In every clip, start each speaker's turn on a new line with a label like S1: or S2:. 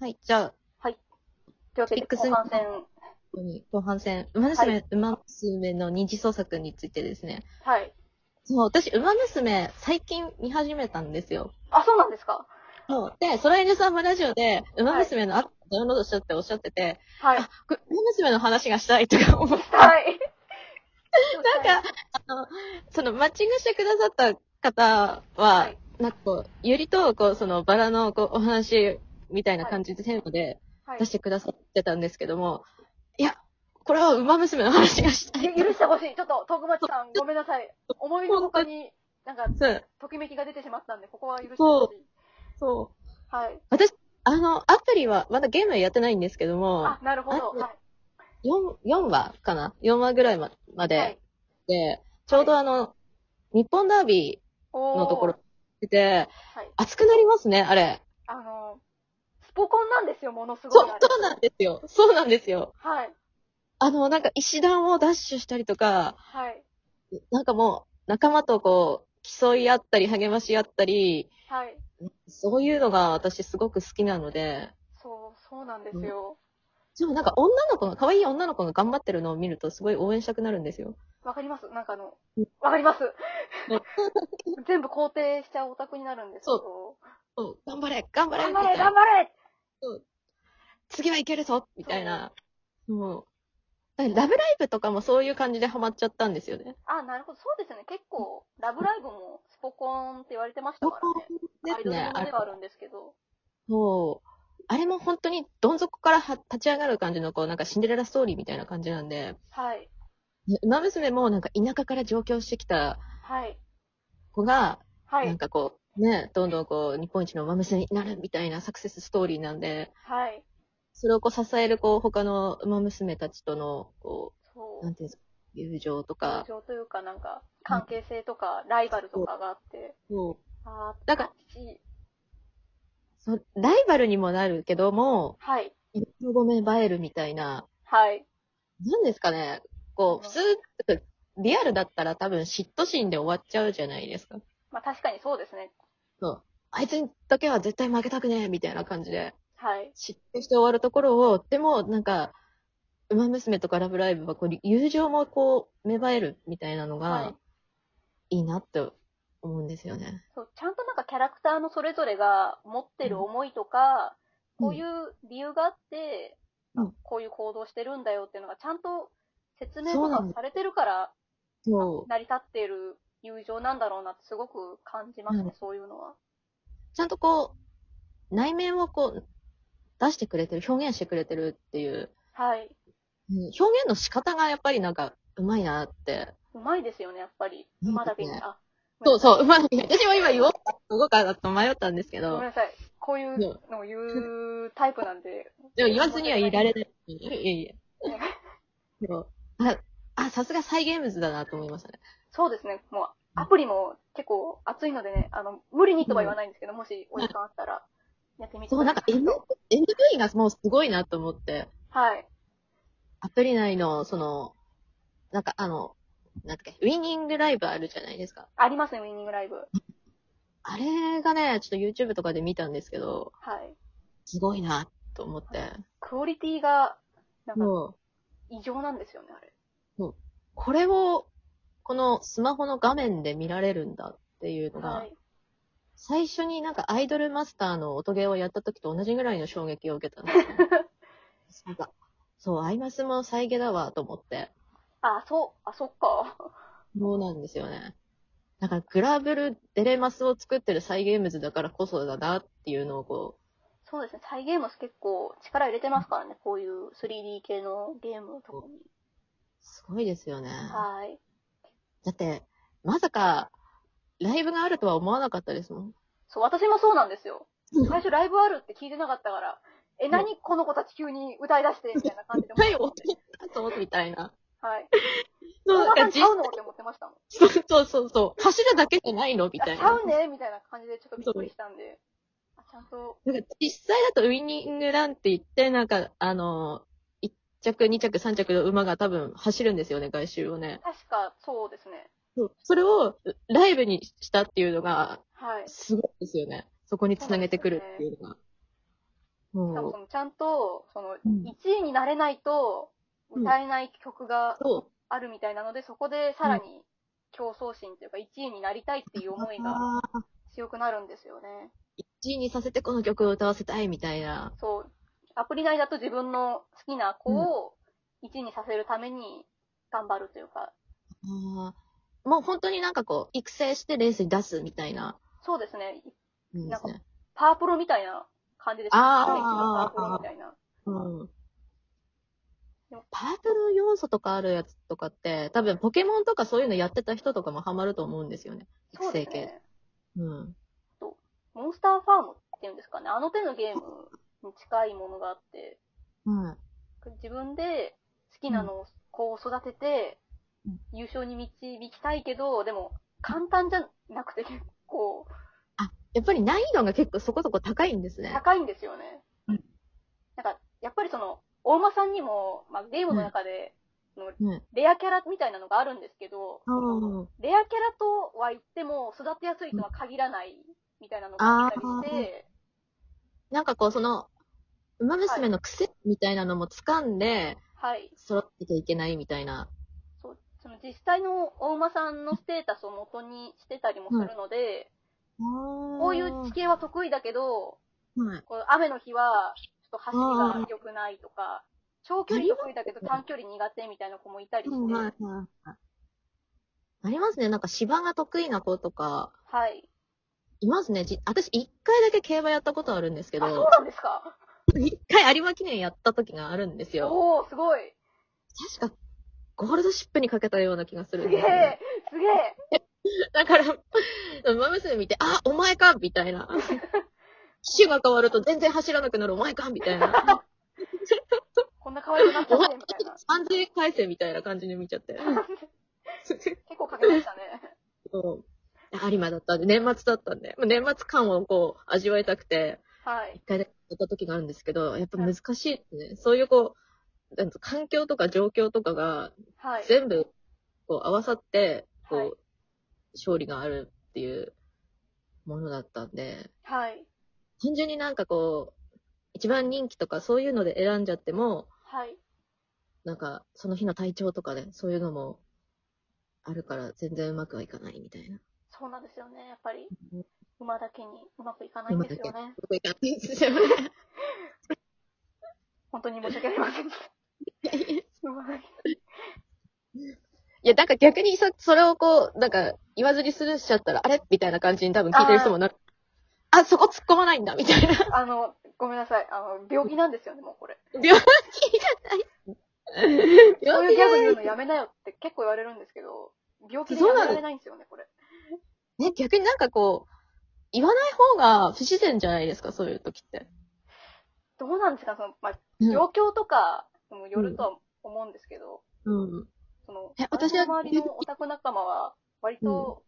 S1: はい、じゃあ、
S2: というわけで、
S1: ピックス
S2: 後半戦。
S1: ここに後半戦、馬娘、馬娘の二次創作についてですね。
S2: はい。
S1: そう、私、馬娘、最近見始めたんですよ。
S2: あ、そうなんですか
S1: そう。で、ソライヌさんもラジオで、馬娘のアップダウンロードしちゃっておっしゃってて、
S2: はい。
S1: あ、これ馬娘の話がしたいとか思って、
S2: はい。
S1: なんか、あの、 その、マッチングしてくださった方は、
S2: はい
S1: なんかこう、よりと、こう、その、バラの、こう、お話、みたいな感じでテーマで
S2: はい
S1: 出してくださってたんですけども、いや、これは馬娘の話がした い。
S2: ゆ許してほしい。ちょっと、徳町さん、ごめんなさい。思いのほかに、なんか、
S1: そう。
S2: ときめきが出てしまったんで、ここは許してほしい。
S1: そう。
S2: はい。
S1: 私、あの、アプリは、まだゲームはやってないんですけども
S2: あ、、なるほど。
S1: あ
S2: は
S1: 4、4話かな ?4 話ぐらいまま
S2: い。
S1: で、
S2: はい。
S1: で、ちょうどあの、日本ダービー
S2: お
S1: の
S2: ー
S1: ところ。出て、
S2: はい。
S1: 熱くなりますね、あれ。
S2: あの、スポコンなんですよ、ものすご
S1: そ、
S2: いうあれ。
S1: そうなんですよ。そうなんですよ。
S2: はい。
S1: あの、なんか石段をダッシュしたりとか、
S2: はい。
S1: なんかもう、仲間とこう、競い合ったり、励まし合ったり、
S2: はい。
S1: そういうのが私すごく好きなので、
S2: そう、そうなんですよ。
S1: でもなんか女の子が、可愛い女の子が頑張ってるのを見るとすごい応援したくなるんですよ。
S2: わかりますなんかあの
S1: うん、
S2: わかります 全部肯定しちゃうオタクになるんですけど。
S1: そう頑張れ頑張れ
S2: 頑
S1: み
S2: 張
S1: た
S2: れ
S1: いな
S2: 頑。張れ
S1: 次はいけるぞみたいな。もう、だからラブライブとかもそういう感じでハマっちゃったんですよね。
S2: あ、なるほど。そうですね。結構、ラブライブもスポコンって言われてましたからね。アイ
S1: です
S2: ドル
S1: ね
S2: も。の
S1: あ
S2: で
S1: れ
S2: はあるんですけど。
S1: もう、あれも本当にどん底からは立ち上がる感じの、こう、なんかシンデレラストーリーみたいな感じなんで、
S2: はい。
S1: 馬娘もなんか田舎から上京してきた
S2: はい。
S1: 子が、
S2: は
S1: なん
S2: い。
S1: かこう、ね、どんどんこう、日本一の馬娘になるみたいなサクセスストーリーなんで、
S2: はい。
S1: それをこう支える、こう、他の馬娘たちとの、こ、
S2: そうう。
S1: なんていうんですか、友情と
S2: 友
S1: か、
S2: 情というか、なんか、関係性とか、ライバルとかがあって。
S1: もう、
S2: あー
S1: なんか、
S2: いい
S1: そうライバルにもなるけども、
S2: はい。
S1: 一目ごめ映えるみたいな、
S2: はい。
S1: なんですかね、こう、普通、リアルだったら多分嫉妬心で終わっちゃうじゃないですか。
S2: まあ確かにそうですね。
S1: そう。あいつにだけは絶対負けたくねえみたいな感じで、
S2: はい。
S1: 嫉妬して終わるところを、でもなんか、馬娘とかラブライブはこう、友情もこう、芽生えるみたいなの
S2: はい
S1: が、いいなって思うんですよね。
S2: そう、ちゃんとなんかキャラクターのそれぞれが持ってる思いとか、こういう理由があって、
S1: うん
S2: こういう行動してるんだよっていうのがちゃんと説明
S1: そう
S2: と
S1: なん
S2: か
S1: です
S2: されてるから
S1: そう。
S2: 成り立っている友情なんだろうなってすごく感じますね、
S1: うん
S2: そういうのは。
S1: ちゃんとこう、内面をこう、出してくれてる、表現してくれてるっていう、
S2: はい。
S1: うん表現の仕方がやっぱりなんか、うまいなって。
S2: うまいですよね、やっぱり。
S1: うん
S2: 馬だけに。
S1: ね
S2: あ、
S1: そう そう、うまい。私も今言おうか、どうかなと迷ったんですけ
S2: ごめん
S1: ど、
S2: なさい。こういうのを言うタイプなんで。
S1: でも言わずにはいられない。いやい や。でもあ、あ、さすがサイゲームズだなと思いましたね。
S2: そうですね、もうアプリも結構熱いのでね、あの、無理にとは言わないんですけど、もしお時間あったら、やってみて
S1: そう、なんか M- MV がもうすごいなと思って、
S2: はい。
S1: アプリ内の、その、なんかあの、なんだっけ、ウィニングライブあるじゃないですか。
S2: ありますね、ウィニングライブ。
S1: あれがね、ちょっと YouTube とかで見たんですけど、
S2: はい。
S1: すごいな、と思って。
S2: クオリティが、なんか、
S1: もう、
S2: 異常なんですよね、あれ。
S1: これを、このスマホの画面で見られるんだっていうのが、
S2: はい。
S1: 最初になんかアイドルマスターの音ゲーをやった時と同じぐらいの衝撃を受け たんですよねなんかそう、アイマスも再現だわ、と思って。
S2: あ、そう、あ、そっか。
S1: そうなんですよね。だから、グラブルデレマスを作ってるサイゲームズだからこそだなっていうのをこ
S2: そうですね、サイゲームス結構力入れてますからね、こういう 3D 系のゲームとかに。
S1: う、すごいですよね。
S2: はい。
S1: だって、まさか、ライブがあるとは思わなかったですもん。
S2: そう、私もそうなんですよ。
S1: うん
S2: 最初ライブあるって聞いてなかったから、え、何この子たち急に歌い出して、みたいな感じで思っ
S1: はい、
S2: て。
S1: おと思ってみたいな。
S2: はい。
S1: そう、
S2: な
S1: なんんか
S2: かち
S1: 実
S2: ゃうのって思ってましたもん。
S1: そうそうそう そう。柱だけじゃないのみ
S2: あ
S1: た
S2: ち
S1: い
S2: ゃ
S1: な。
S2: うねみたいな感じでちょっとびっくりしたんで。あちゃんと、
S1: なんか実際だとウィニングランって言って、なんか、あの、1着、2着、3着の馬が多分走るんですよね、外周をね。
S2: 確かそうですね。
S1: そうそれをライブにしたっていうのが、
S2: はい。
S1: すごいですよね。そこにつなげてくるっていうのが。
S2: しかも
S1: も、
S2: そうのちゃんと、その、
S1: うん
S2: 1位になれないと、歌えない曲が
S1: そう。
S2: あるみたいなので、そこでさらに競争心というか、1位になりたいっていう思いが
S1: あー
S2: 強くなるんですよね。
S1: 1位にさせてこの曲を歌わせたいみたいな。
S2: そう。アプリ内だと自分の好きな子を1位にさせるために頑張るというか、
S1: あーもう本当になんかこう、育成してレースに出すみたいな。
S2: そうですね。
S1: うんですね。
S2: パープロみたいな感じでした。
S1: あー
S2: イメージがパープロみたいな。
S1: うん
S2: でも。
S1: パープル要素とかあるやつとかって、多分ポケモンとかそういうのやってた人とかもハマると思うんですよね。
S2: そ
S1: 育
S2: うで
S1: 成
S2: す
S1: 系。
S2: ね。
S1: うん。
S2: モンスターファームっていうんですかね。あの手のゲームに近いものがあって、
S1: うん。
S2: 自分で好きなのを、子を育てて
S1: うん、
S2: 優勝に導きたいけど、でも簡単じゃなくて結構
S1: やっぱり難易度が結構そこそこ高いんですね。
S2: 高いんですよね。
S1: うん
S2: なんか、やっぱりその、大馬さんにも、まあ、ゲームの中で、
S1: うん。
S2: レアキャラみたいなのがあるんですけど、
S1: うん
S2: レアキャラとは言っても、育てやすいとは限らないみたいなのがあったりして、
S1: なんかこう、その、馬娘の癖みたいなのも掴んで、
S2: はい。
S1: 揃ってていけないみたいな。
S2: そうその実際の大馬さんのステータスを元にしてたりもするので、こ
S1: こ
S2: ういう地形は得意だけど、
S1: はい。
S2: こう雨の日は、ちょっと走りが良くないとか、長距離得意だけど短距離苦手みたいな子もいたりして、
S1: うんはいはいありますね。なんか芝が得意な子とか、
S2: はい。
S1: いますね。じ私、一回だけ競馬やったことあるんですけ
S2: あ、そう
S1: ど、
S2: なんですか
S1: 一回有馬記念やった時があるんですよ。
S2: おおすごい
S1: 確か、ゴールドシップにかけたような気がする
S2: す
S1: ん
S2: げ
S1: ですよね
S2: えすげえ
S1: だから、馬娘見て、あ、お前かみたい な。機種が変わると全然走らなくなるお前かみたいな。
S2: こんな可愛くなっちゃ
S1: お
S2: っ
S1: 前
S2: てみた いな。
S1: 3000円返せみたいな感じで見ちゃ って。
S2: 結構かけましたね。
S1: そう有馬だったんで、年末だったんで、まあ年末感をこう、味わいたくて、
S2: はい
S1: 一。回だけやった時があるんですけど、やっぱ難しいですね。そういうこう、なんつう環境とか状況とかが、
S2: はい。
S1: 全部、こう、合わさって、こう、
S2: はい
S1: 勝利があるっていうものだったんで、
S2: はい。
S1: 単純になんかこう、一番人気とかそういうので選んじゃっても、
S2: はい。
S1: なんかその日の体調とかでそういうのもあるから全然うまくはいかないみたいな。
S2: そうなんですよね。やっぱり
S1: うん、
S2: 馬だけにうまくいかないんですよね。
S1: うまくいかないですよね。
S2: 本当に申し訳ありません。 馬だけ
S1: いや、なんか逆にそそれをこう、なんか言わずにスルーしちゃったら、あれみたいな感じに多分聞いてる人もなる。あそこ突っ込まないんだみたいな。
S2: あの、ごめんなさい。あの、病気なんですよね、もうこれ。
S1: 病気じゃない。
S2: こ う
S1: 病
S2: いう
S1: 気
S2: ギ
S1: じ
S2: ャグ
S1: ゃ
S2: 言う
S1: な
S2: の
S1: い。
S2: やめなよって結構言われるんですけど、病気で
S1: そう
S2: や
S1: な
S2: め
S1: の
S2: られないんですよね、これ。
S1: ね、逆になんかこう、言わない方が不自然じゃないですか、そういう時って。
S2: どうなんですかその、まあ、
S1: うん
S2: 状況とかにもよるとは思うんですけど、
S1: うん。
S2: その
S1: え、
S2: 私
S1: 私
S2: の
S1: は
S2: 周りのオタク仲間は、割と、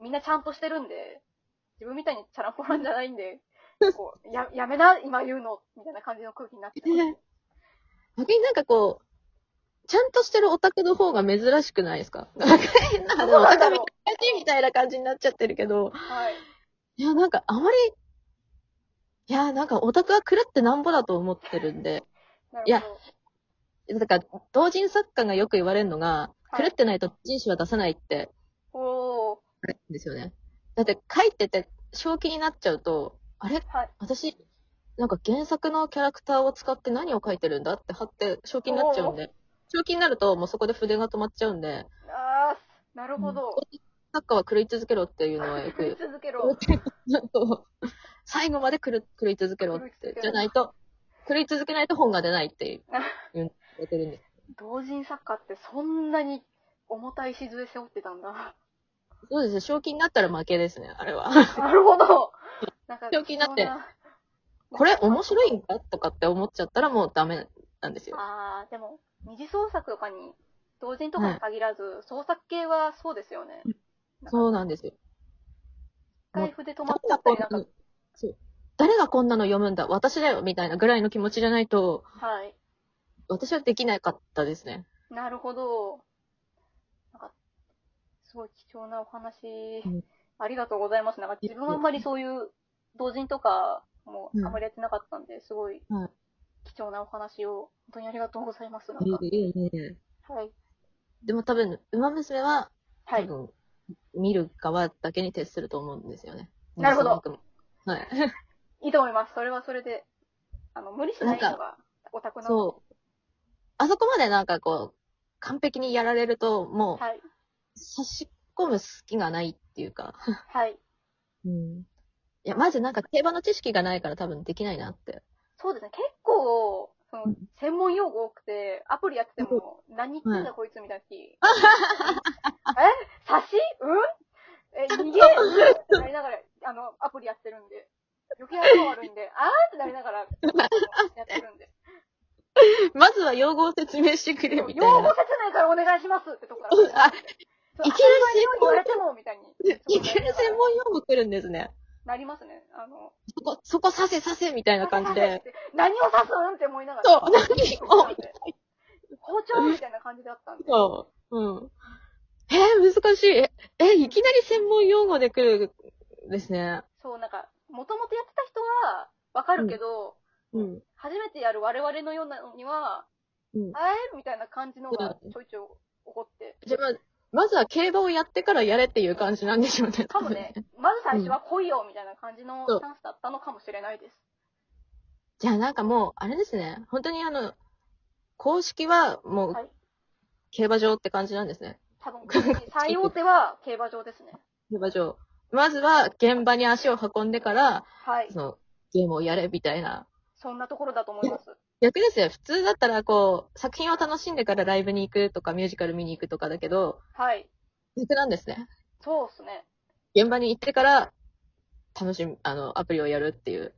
S2: みんなちゃんとしてるんで、自分みたいにチャランポランじゃないんで、こう、や、やめな、今言うの、みたいな感じの空気になってます
S1: え逆になんかこう、ちゃんとしてるオタクの方が珍しくないですかなんか変な、
S2: どう
S1: オ
S2: な
S1: タ
S2: んだ
S1: ク
S2: ろう
S1: みたいみたいな感じになっちゃってるけど、
S2: はい。
S1: いや、なんかあまり、いや、なんかオタクは狂ってなんぼだと思ってるんで、
S2: なるほど。
S1: いやだから同人作家がよく言われるのが、
S2: はい
S1: 狂ってないと同人誌は出さないって、
S2: おー、
S1: あれですよね。だって書いてて正気になっちゃうと、あれ
S2: はい。
S1: 私、なんか原作のキャラクターを使って何を書いてるんだって貼って、正気になっちゃうんで。正気になると、もうそこで筆が止まっちゃうんで、
S2: あー、なるほど。
S1: サッカーは狂い続けろっていうのはよ
S2: 食い
S1: く、
S2: 続けろ。
S1: 最後まで狂い狂い続けろっ
S2: 狂い続け
S1: て
S2: ろ、
S1: じゃないと、狂い続けないと本が出ないっていう、言われてるんです。
S2: 同人作家ってそんなに重たい石杖背負ってた んだ。
S1: そうですね、正気になったら負けですね、あれ は。
S2: なるほど。なんか
S1: 病気になって
S2: 貴重
S1: これ面白いんだとかって思っちゃったらもうダメなんですよ。
S2: あー、でも、二次創作とかに、同人とかに限らず、創作系はそうですよね。
S1: そうなんですよ。
S2: 一回筆止まっ
S1: 誰
S2: ちゃ
S1: が
S2: った
S1: こ
S2: り
S1: ん
S2: なん
S1: な
S2: か
S1: の、そう誰がこんなの読むんだ私だよみたいなぐらいの気持ちじゃないと、
S2: はい。
S1: 私はできなかったですね。
S2: なるほど。なんか、すごい貴重なお話、
S1: うん
S2: ありがとうございます。なんか自分はあんまりそういう同人とか、も
S1: うん
S2: あまりやってなかったんで、すごい
S1: はい
S2: 貴重なお話を本当にありがとうございます。なん
S1: い
S2: か
S1: いねいいね。
S2: はい。
S1: でも多分、馬娘は、
S2: はい
S1: 多。分、見る側だけに徹すると思うんですよね。
S2: なるほど
S1: 皆様も。はい。
S2: いいと思います。それはそれで。あの、無理しない
S1: なん
S2: のが、オタクの。
S1: そう。あそこまでなんかこう、完璧にやられると、もう、
S2: はい。
S1: 差し込む隙がないっていうか。
S2: はい。
S1: うん。いや、まずなんか競馬の知識がないから多分できないな って。
S2: そうですね。結構、そうの
S1: ん、
S2: 専門用語多くて、アプリやってても、何言ってんだこいつみたい な時。え差しうんえ、逃げってなりながら、あの、アプリやってるんで。余計頭悪いんで、あーってなりながら、やってるんで。
S1: まずは用語を説明してくれ
S2: 用語
S1: み
S2: 説
S1: たいな。
S2: 明からお願いしますってとこから。
S1: あいける専
S2: 言わ
S1: 門
S2: れても、みたいに。
S1: いける専門用語来るんですね。
S2: なりますね。あの、
S1: そこ、そこさせさせみたいな感じで。。
S2: 何を刺すんって思いながら。
S1: そう、何を
S2: 包丁みたいな感じだったんで。
S1: そう。うん。えー難しい。ええ、いきなり専門用語で来るですね。
S2: そう、なんか、もともとやってた人はわかるけど、
S1: うん。
S2: 初めてやる我々のようなのには、
S1: うん
S2: あえみたいな感じのがちょいちょい起こって。
S1: じゃあ、まずは競馬をやってからやれっていう感じなんでしょうね。
S2: かもね。、まず最初は来いよみたいな感じのスタンスだったのかもしれないです。
S1: じゃあなんかもう、あれですね。本当にあの、公式はもう
S2: はい、
S1: 競馬場って感じなんですね。
S2: 多分、最大手は競馬場ですね。
S1: 競馬場。まずは現場に足を運んでから、
S2: はい。
S1: その、ゲームをやれみたいな。
S2: そんなところだと思います。
S1: 逆ですよ。普通だったらこう、作品を楽しんでからライブに行くとかミュージカル見に行くとかだけど、
S2: はい。
S1: 逆なんですね。
S2: そうっすね。
S1: 現場に行ってから、楽しみ、あの、アプリをやるっていう。